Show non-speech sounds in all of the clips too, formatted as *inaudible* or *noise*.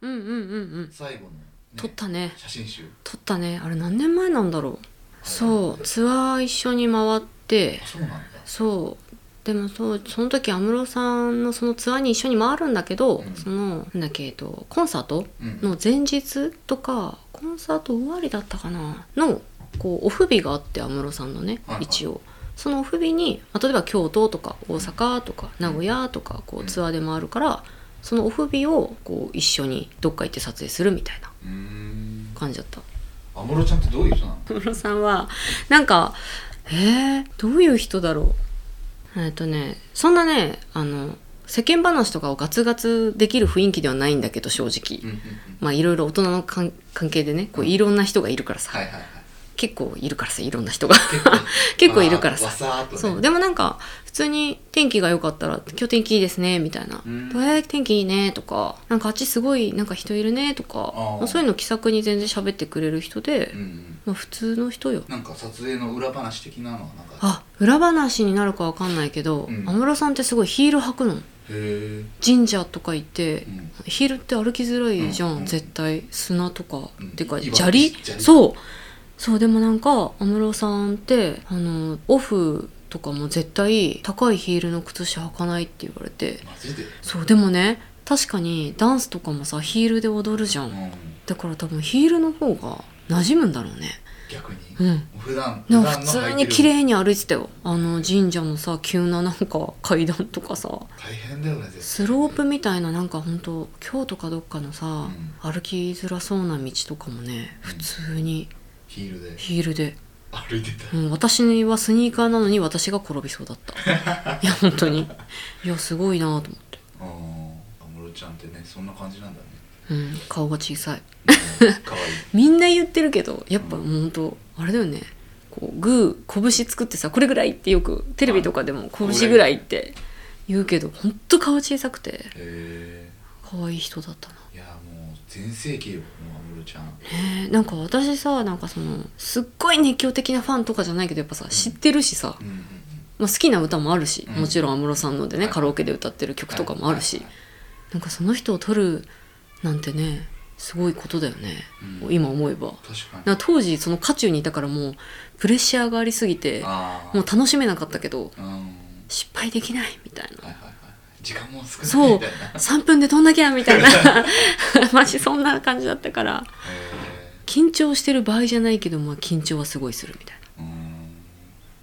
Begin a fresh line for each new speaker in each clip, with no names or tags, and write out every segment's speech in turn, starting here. うんうんうんうん
最後の、ね、
撮ったね
写真集
撮ったねあれ何年前なんだろうそうツアー一緒に回って
あそうなんだ
そうでもそうその時安室さんのそのツアーに一緒に回るんだけど、
うん
そのなんだっけ、えっと、コンサート
うん
の前日とかコンサート終わりだったかなのこうオフ日があって安室さんのね
はいはい
一応そのオフ日に、まあ例えば京都とか大阪とか名古屋とかこ
う
うんツアーで回るからそのオフ日をこう一緒にどっか行って撮影するみたいな
うーん
感じだった
安室ちゃんってどういう人なの
安室さんはなんかえー、どういう人だろうえっ、とねそんなねあの世間話とかをガツガツできる雰囲気ではないんだけど正直、
うんうんうん
まあいろいろ大人の関関係でねこういろんな人がいるからさ、
はいはいはい
結構いるからさいろんな人が
結
*laughs*
構
結構いるからさ
わさーっとね
そうでもなんか普通に天気が良かったら「今日天気いいですね」みたいな「
うん
えー天気いいね」とか「なんかあっちすごいなんか人いるね」とか
あー
そういうの気さくに全然喋ってくれる人で、
うんうん
まあ、普通の人よ
なんか撮影の裏話的なのはなんか
あ裏話になるかわかんないけど
うん
安室、さんってすごいヒール履くの
へえ
神社とか行って、
うん
ヒールって歩きづらいじゃん、
うん
絶対砂とか、
うん
てか
岩
砂利
砂利
そうそうでもなんか安室さんってあのオフとかも絶対高いヒールの靴下履かないって言われて
マジで
そうでもね確かにダンスとかもさヒールで踊るじゃ
うんん
だから多分ヒールの方が馴染むんだろうね
逆に
うん
普段
でも
段
普
の
通
履いて
に
る
綺麗に歩いてたよあの神社のさ急ななんか階段とかさ
大変だよね絶対
スロープみたいななんかほんと京都かどっかのさ、
う
歩きづらそうな道とかもね
うん
普通に
ヒールで
ヒールで、
歩いてた
うん、私はスニーカーなのに私が転びそうだった
*laughs*
いや本当にいやすごいなと思って、
ああ安室ちゃんってねそんな感じなんだ
*laughs*
ね
うん、顔が小さい
うん可愛い
みんな言ってるけどやっぱもうほんとあれだよねこうグー拳作ってさこれぐらいってよくテレビとかでも拳ぐらいって言うけどほんと顔小さくて
へ
可愛い人だったな
えいやもう全盛期よもう安室ちゃん
ねえなんか私さなんかそのすっごい熱狂的なファンとかじゃないけどやっぱさ知ってるしさ、
うんうんうん
まあ、好きな歌もあるし、
うん
もちろん安室さんのでね、
はい
カラオケで歌ってる曲とかもあるし、
はいはい
なんかその人を撮るなんてねすごいことだよね、
うん
今思えば
確か
なん
に
か当時その渦中にいたからもうプレッシャーがありすぎて
ああ
もう楽しめなかったけど
うんはい
失敗できないみたいな
はいはい時間も少ない
そう
みたいな
3分で撮んなきゃみたいな *laughs* マジそんな感じだったから
へ
緊張してる場合じゃないけど、まあ、緊張はすごいするみたいな
えうん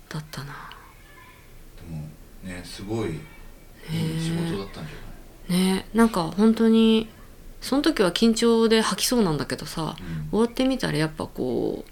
だったな
でもねすごいいい仕事だったんじ
ねなんか本当にその時は緊張で吐きそうなんだけどさ
ゃないうん
終わってみたらやっぱこう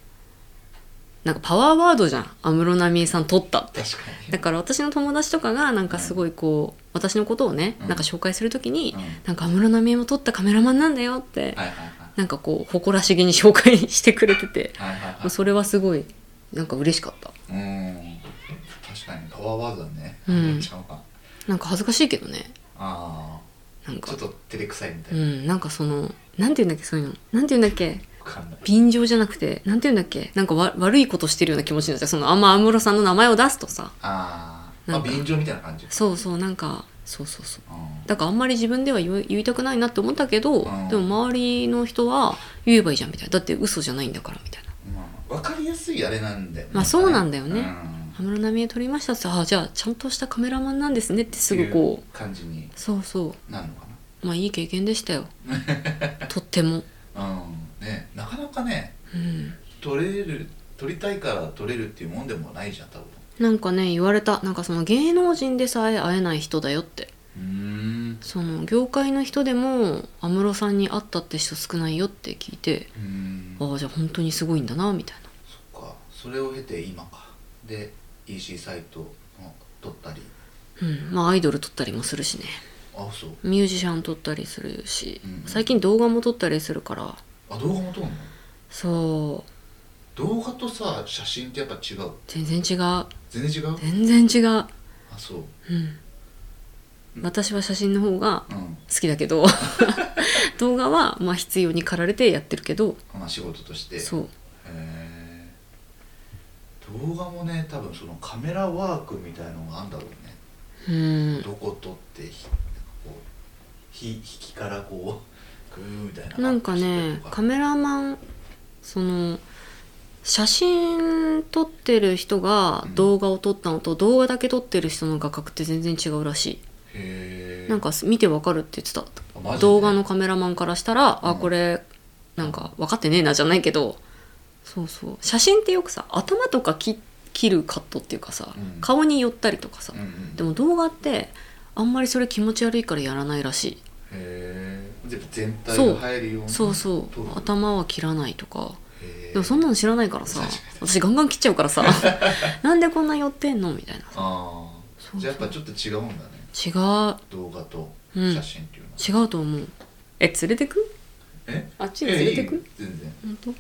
なんかパワーワードじゃん安室奈美恵さん撮ったって
確かに
だから私の友達とかがなんかすごいこう私のことをね
うん
なんか紹介する時に
うん
「なんか安室奈美恵も撮ったカメラマンなんだよ」って
はいはいはい
なんかこう誇らしげに紹介してくれてて
はいはい
も
は
う
い
それはすごいなんか嬉しかった
うん確かにパワーワードだね
うん
安室ちゃんは
なんか恥ずかしいけどね
あ
なん
あ
か
ちょっと照れくさいみたいうな、わ
んなんかそのなんて言うんだっけそういうのなんて言うんだっけ
かんない
便乗じゃなくてなんて言うんだっけなんかわ悪いことしてるような気持ちになっちゃうそのあんま安室さんの名前を出すとさ
ああ
な
まあ
んか
便乗みたいな感じ
そうそうなんかそうそうそう
うん
だからあんまり自分では言う言いたくないなって思ったけど、
うん
でも周りの人は言えばいいじゃんみたいなだって嘘じゃないんだからみたいな
まあ、わかりやすいあれなんだよね
まあそうなんだよね
うん
安室奈美恵撮りましたってああじゃあちゃんとしたカメラマンなんですねってすぐ
って
こ
いう感じに
うそうそ
なるのか
うまあいい経験
*laughs*
でしたよとっても
なうんねなかなかね
うん
撮れる撮りたいから撮れるっていうもんでもないじゃん多分
なんかね言われたなんかその芸能人でさえ会えない人だよって
うーん
その業界の人でも安室さんに会ったって人少ないよって聞いて
うーん
ああじゃあ本当にすごいんだなみたいな
そっかそれを経て今かで EC サイトを撮ったり
うんまあアイドル撮ったりもするしね
あそう
ミュージシャン撮ったりするし、
うん
最近動画も撮ったりするから
あ動画も撮るの
そう
動画とさ写真ってやっぱ違う
全然違う
全然違う
全然違う
あそう
うん私は写真の方が
うん
好きだ
*laughs*
けど動画はまあ必要に駆られてやってるけど
まあ仕事として
そう
へー動画もね多分そのカメラワークみたいのがあんだろうね、
うん
どこ撮ってひなんかこうひ引きからこうくみたいな
なんかねカメラマンその写真撮ってる人が
うん
動画を撮ったのと、動画だけ撮ってる人の画角って全然違うらし
へえ
いなんか見てわかるって言ってた
あマジで
動画のカメラマンからしたら、
う
あ
ん
これなんか分かってねえなじゃないけどそうそう写真ってよくさ頭とか切切るカットっていうかさ、
うん
顔に寄ったりとかさ、
うんうん、
で
へ
も動画ってあんまりそれ気持ち悪いからやらないらしい
え全体
そう
が入るように
そうそう
頭
頭は切らないとか
へえ
でもそんなの知らないからさ
確か
私ガンガン切っちゃうか
*laughs*
らさなんでこんな寄ってんのみたいな
ああ
そう
じゃあやっぱちょっと違うんだね
違う
動画と
うん
写真っていうのは、
違うと思うえ連れてく
え
あっちに連れて
いやいい
く
よ全然、
本当
う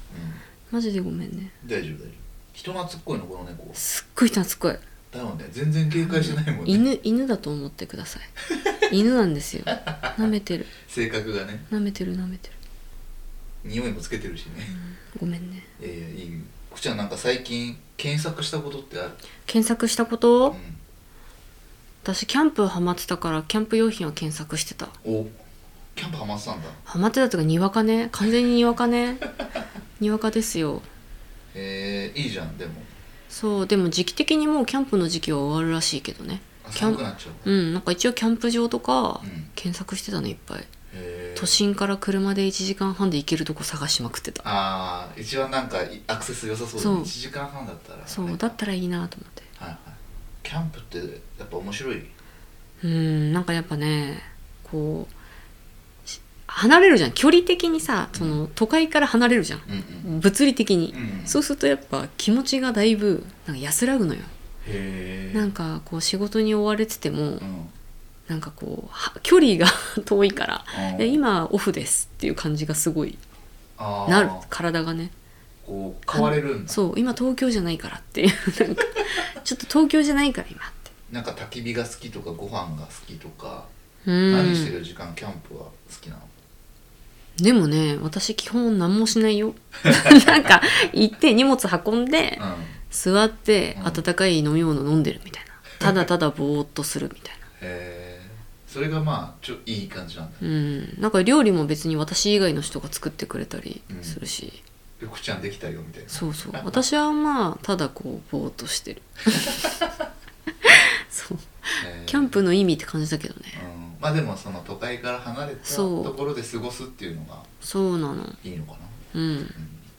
マジでごめんね
ん、大丈夫大丈夫人懐っこいのこの猫
すっごい懐っこい
だよね全然警戒してないもんね
犬犬だと思ってくださ
*laughs*
い犬なんですよ舐めてる
性格がね
舐めてる舐めてる
匂いもつけてるしね、
ごめんね
いやいやいいよこちゃんなんか最近検索したことってある、
検索したこ
う
と
ん、
私キャンプハマってたからキャンプ用品は検索してた
おキャンプハマってたんだ
ハマってたとかにわかね完全ににわかねにわかですよ
へえいいじゃんでも
そうでも時期的にもうキャンプの時期は終わるらしいけどね
あ
キャ
寒く
ン
なっちゃう
うんなんか一応キャンプ場とか
うん
検索してたのいっぱい
へえ
都心から車で1時間半で行けるとこ探しまくってた
ああ一番なんかいアクセス良さそうだ
そ
ね
う
1時間半だったら
そうだったらいいなと思って
はいはいキャンプってやっぱ面白い
うんなんかやっぱねこうし離れるじゃん距離的にさその都会から離れるじゃん
うんうん
物理的に
う、んうん
そうするとやっぱ気持ちがだいぶなんか安らぐのよ
へえ
なんかこう仕事に追われてても
うん
なんかこうは距離が *laughs* 遠いから
うん
で今オフですっていう感じがすごい
あー
なる体がね
こう変われるんだ
そう今東京じゃないからっていう *laughs* なんかちょっと東京じゃないから今って
なんか焚き火が好きとかご飯が好きとか、
うん
何してる時間キャンプは好きなの
でもね私基本何もしない
*laughs*
よなんか行って荷物運んで
うん
座って
うん
温かい飲み物飲んでるみたいなただただぼーっとするみたいな
へえそれがまあちょいい感じなんだ
うんなんか料理も別に私以外の人が作ってくれたりするし、
よくちゃんできたよみたいな
そうそう私はまあただこうぼーっとしてる
*laughs*
そう
へー
キャンプの意味って感じだけどね
うんまあでもその都会から離れた
そう
ところで過ごすっていうのが
そうなの
いいのかな、
うん
うん、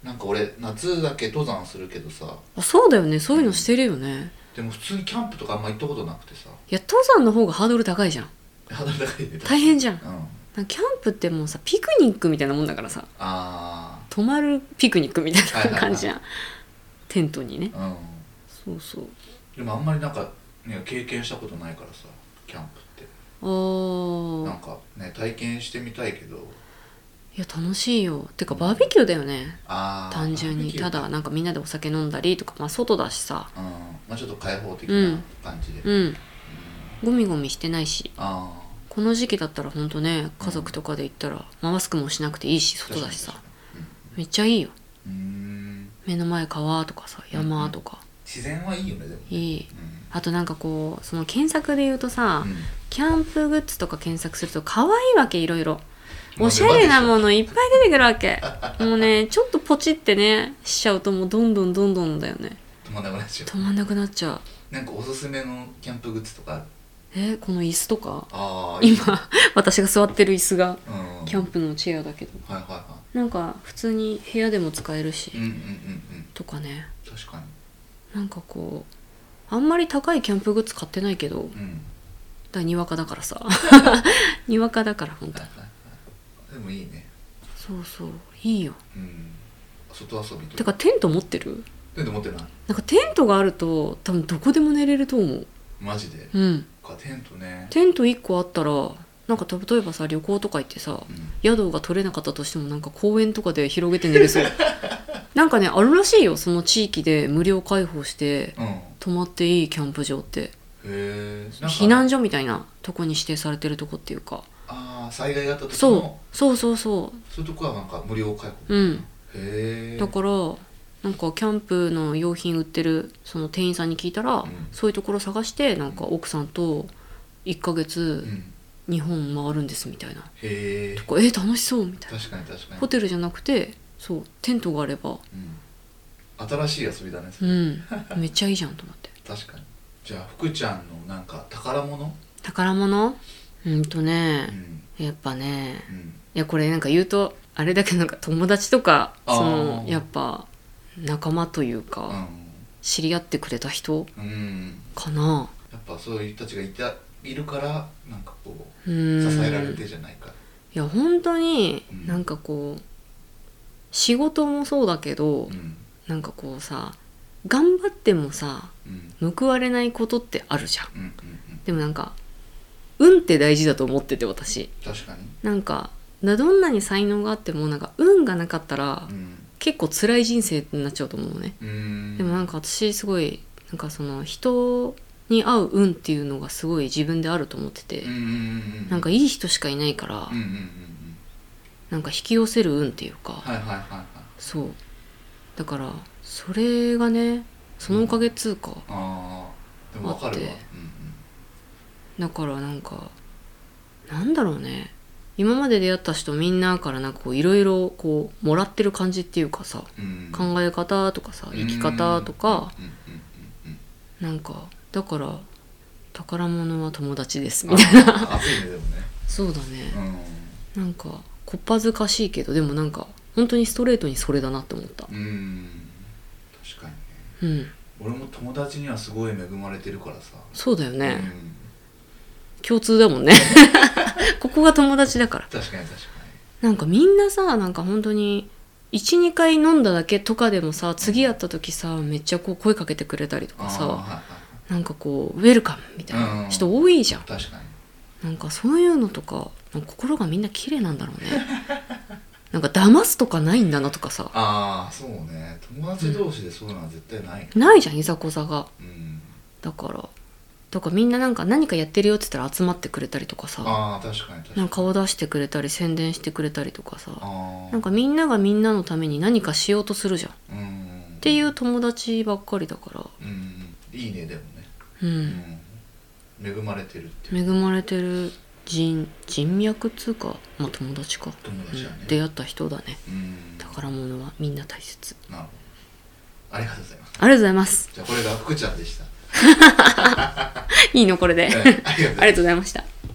なんか俺夏だけ登山するけどさ
あそうだよねそういうのしてるよね
でも普通にキャンプとかあんま行ったことなくてさ
いや登山の方がハードル高いじゃん
肌だけで
大変じゃん
うんあ
なんかキャンプってもうさピクニックみたいなもんだからさ
あ
泊まるピクニックみた
はい
い
はいは
ない感じじゃんテントにね
うん
そうそう
でもあんまりなんか、ね、経験したことないからさキャンプって
あ
なん
ー
かね体験してみたいけど
いや楽しいよてかバーベキューだよね
ああ
単純にただなんかみんなでお酒飲んだりとかまあ外だしさ
うんまあちょっと開放的
う
なん感じで、
うんゴミゴミしてないし
ああ
この時期だったらほんとね家族とかで行ったら、まあマスクもしなくていいし外だしさ
確かに確か
めっちゃいいよ
にうんうーん
目の前川とかさ山とか、
自然はいいよねでも
い
う
い
ん
あとなんかこうその検索で言うとさ、
うん
キャンプグッズとか検索すると可愛いわけいろいろ
まあ
おしゃれなものいっぱい出てくるわけもうねちょっとポチってねしちゃうともうどんどんどんどんだよね
止まんなくなっちゃ
止まんなくなっちゃう
うなんかおすすめのキャンプグッズとかある
えこの椅子とか
ああいい
今私が座ってる椅子が
うん
キャンプのチェアだけど
はいはいは
なんか普通に部屋でも使えるし
いうんうんうんうん
とかね
確かに
なんかこうあんまり高いキャンプグッズ買ってないけど
うん
だにわかだからさにわかだから本当
はいはいはいでもいいね
そうそういいよ
うん外遊びと
てかテント持ってる
テント持ってない
なんかテントがあると多分どこでも寝れると思う
マジで
うん
かテントね
テント1個あったらなんか例えばさ旅行とか行ってさ
うん
宿が取れなかったとしてもなんか公園とかで広げて寝れそうなんかねあるらしいよその地域で無料開放して
うんへ
泊まっていいキャンプ場って
え
避難所みたいなとこに指定されてるとこっていうか
ああ災害があった時
そ
の
うそうそうそ
そういうとこはなんか無料開放
ううん
へえ
だからなんかキャンプの用品売ってるその店員さんに聞いたら、
ん
そういうところ探してなんか奥さんと1ヶ月
うん
日本回るんですみたいな
へえ
とかえ楽しそうみたいな
確かに確かに
ホテルじゃなくてそうテントがあれば
うん、新しい遊びだね、それ
うん *laughs* めっちゃいいじゃんと思って
確かにじゃあ福ちゃんのなんか宝物
宝物うんと
う
ね
ん
やっぱね
うん
いやこれなんか言うとあれだけどなんか友達とか
あー
そのやっぱ仲間というか知り合ってくれた人
うん、うん、
かな
やっぱそういう人たちがいたいるからなんかこ
う
うん支えられてじゃないか
いや本当に
うん
なんかこう仕事もそうだけど
うん
なんかこうさ頑張ってもさ
うん
報われないことってあるじゃん
うんうんうん
でもなんか運って大事だと思ってて私
確かに
なんかなどんなに才能があってもなんか運がなかったら
うん
結構辛い人生になっちゃうと思うのね
うん
でもなんか私すごいなんかその人に合う運っていうのがすごい自分であると思ってて
うんうんうんうん
なんかいい人しかいないから
うんうんうんうん
なんか引き寄せる運っていうか、
はいはいはいはい
そうだからそれがねそのおかげっつうか、
ああでもわかるわ
あってだからなんかなんだろうね今まで出会った人みんなからなんかこういろいろこうもらってる感じっていうかさ
うんうんうん
考え方とかさ生き方とか
うんうんうんうん
なんかだから宝物は友達です
うん
みたいな
あ熱いねでもね
そうだね
うん
なんかこっぱずかしいけどでもなんか本当にストレートにそれだなって思った
うん確かにね
うん
俺も友達にはすごい恵まれてるからさ
そうだよ
う
ね、
ん、
共通だもんね *laughs* ここが友達だから
確かに確か
なんかみんなさなんか本当に12回飲んだだけとかでもさ次会った時さめっちゃこう声かけてくれたりと
に
か
あーはい
さ
はいはい
なんかこうウェルカムみたい
うん
な人多いじゃん
確かに
なんかそういうのとかなんか心がみんな綺麗なんだろう *laughs* ねなんか騙すとかないんだなとかさ
ああそうね友達同士でそういうのは絶対ない
ないじゃんいざこざが
うん
だからだからみんななんか何かやってるよって言ったら集まってくれたりとかさ
ああ確かに確か
なん
に
か顔出してくれたり宣伝してくれたりとかさ
ああ
なんかみんながみんなのために何かしようとするじゃん
うんっ
っていう友達ばっかりだから
うんいいねでもね
う
うんん恵まれてるっていう
恵まれてる人人脈っつうかまあ友達か、
友達だね
うん出会った人だね
うんなる
宝物はみんな大切
ほどありがとうございます
ありがとうございます
じ
*laughs*
ゃあこれが福ちゃんでした
いいのこれで
はいありがとうございます
ありがとうございました